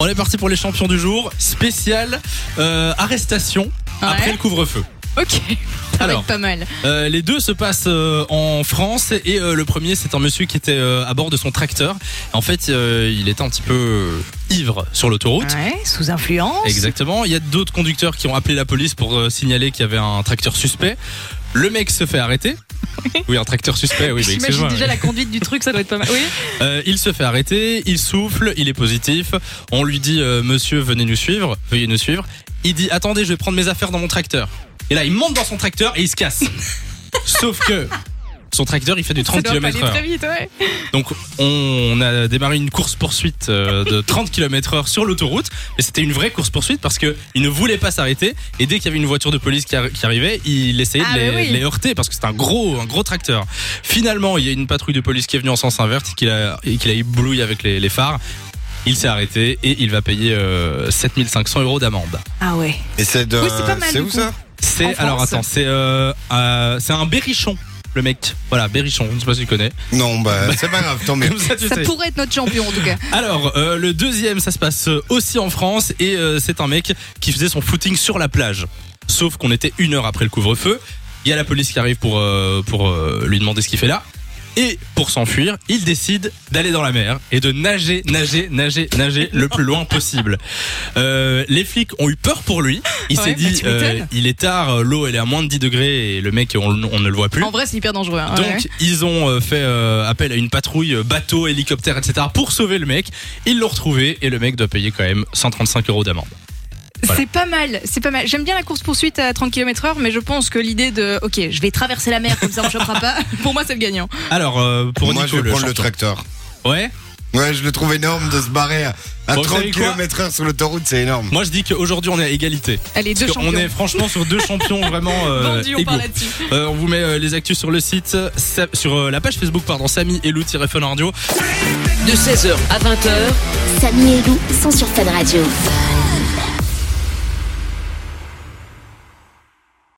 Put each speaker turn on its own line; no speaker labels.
On est parti pour les champions du jour, spécial euh, arrestation après
Ouais. Ah
le couvre-feu.
Ok, ça va
Alors.
être pas mal.
Euh, les deux se passent euh, en France et euh, le premier c'est un monsieur qui était euh, à bord de son tracteur. En fait, euh, il était un petit peu euh, ivre sur l'autoroute.
Ouais, sous influence.
Exactement. Il y a d'autres conducteurs qui ont appelé la police pour euh, signaler qu'il y avait un tracteur suspect. Le mec se fait arrêter. Oui, un tracteur suspect, oui, bah,
J'imagine
excuse-moi.
déjà la conduite du truc, ça doit être pas mal. Oui.
Euh, il se fait arrêter, il souffle, il est positif. On lui dit euh, Monsieur, venez nous suivre, veuillez nous suivre. Il dit Attendez, je vais prendre mes affaires dans mon tracteur. Et là, il monte dans son tracteur et il se casse. Sauf que son tracteur, il fait du 30
ça doit pas aller
km/h.
très vite, ouais.
Donc, on a démarré une course-poursuite euh, de 30 km/h sur l'autoroute. Mais c'était une vraie course-poursuite parce que il ne voulait pas s'arrêter. Et dès qu'il y avait une voiture de police qui, arri- qui arrivait, il essayait
Ah,
de, les,
mais oui.
de les heurter parce que c'était un gros, un gros tracteur. Finalement, il y a une patrouille de police qui est venue en sens inverse et qui l'a et qui l'a ébloui avec les, les phares. Il s'est arrêté et il va payer euh, 7500 euros d'amende.
Ah ouais.
Et c'est de.
Oui, c'est pas mal,
c'est
du
où
coup.
ça
C'est
En
alors
France.
attends, c'est euh, euh, c'est un berrichon. Le mec, voilà, Berrichon, je sais pas si tu connais.
Non, bah, c'est pas grave, tant mieux.
Comme ça, tu
Ça
sais.
pourrait être notre champion en tout cas.
Alors, euh, le deuxième, ça se passe euh, aussi en France et euh, c'est un mec qui faisait son footing sur la plage. Sauf qu'on était une heure après le couvre-feu. Il y a la police qui arrive pour, euh, pour euh, lui demander ce qu'il fait là. Et pour s'enfuir, il décide d'aller dans la mer et de nager, nager, nager, nager le plus loin possible. Euh, les flics ont eu peur pour lui. Il
Ouais,
s'est
bah
dit,
tu m'étonnes.
euh, il est tard, euh, l'eau elle est à moins de 10 degrés et le mec on, on ne le voit plus.
En vrai, c'est hyper dangereux. hein, ouais,
Donc
ouais.
ils ont euh, fait euh, appel à une patrouille euh, bateau, hélicoptère, etc. pour sauver le mec. Ils l'ont retrouvé et le mec doit payer quand même 135 euros d'amende. voilà.
C'est pas mal, c'est pas mal. J'aime bien la course poursuite à 30 km/h, mais je pense que l'idée de, ok, je vais traverser la mer comme ça on me chopera pas, pour moi c'est le gagnant.
Alors euh, pour
Moi,
Nico,
je vais
le
prendre le
champion.
tracteur.
Ouais.
Ouais, je le trouve énorme de se barrer à à
Bon, vous
30
savez quoi
km/h sur l'autoroute, c'est énorme.
Moi je dis qu'aujourd'hui on est à égalité.
Allez, deux
Parce qu'on
champions.
est franchement sur deux champions vraiment euh,
Vendu, on
égaux.
parle là-dessus.
Euh, on vous met euh, les actus sur le site, sa- sur euh, la page Facebook pardon, Samy et Lou-Fun Radio.
de 16h à 20h.
Samy et Lou sont sur Fan Radio.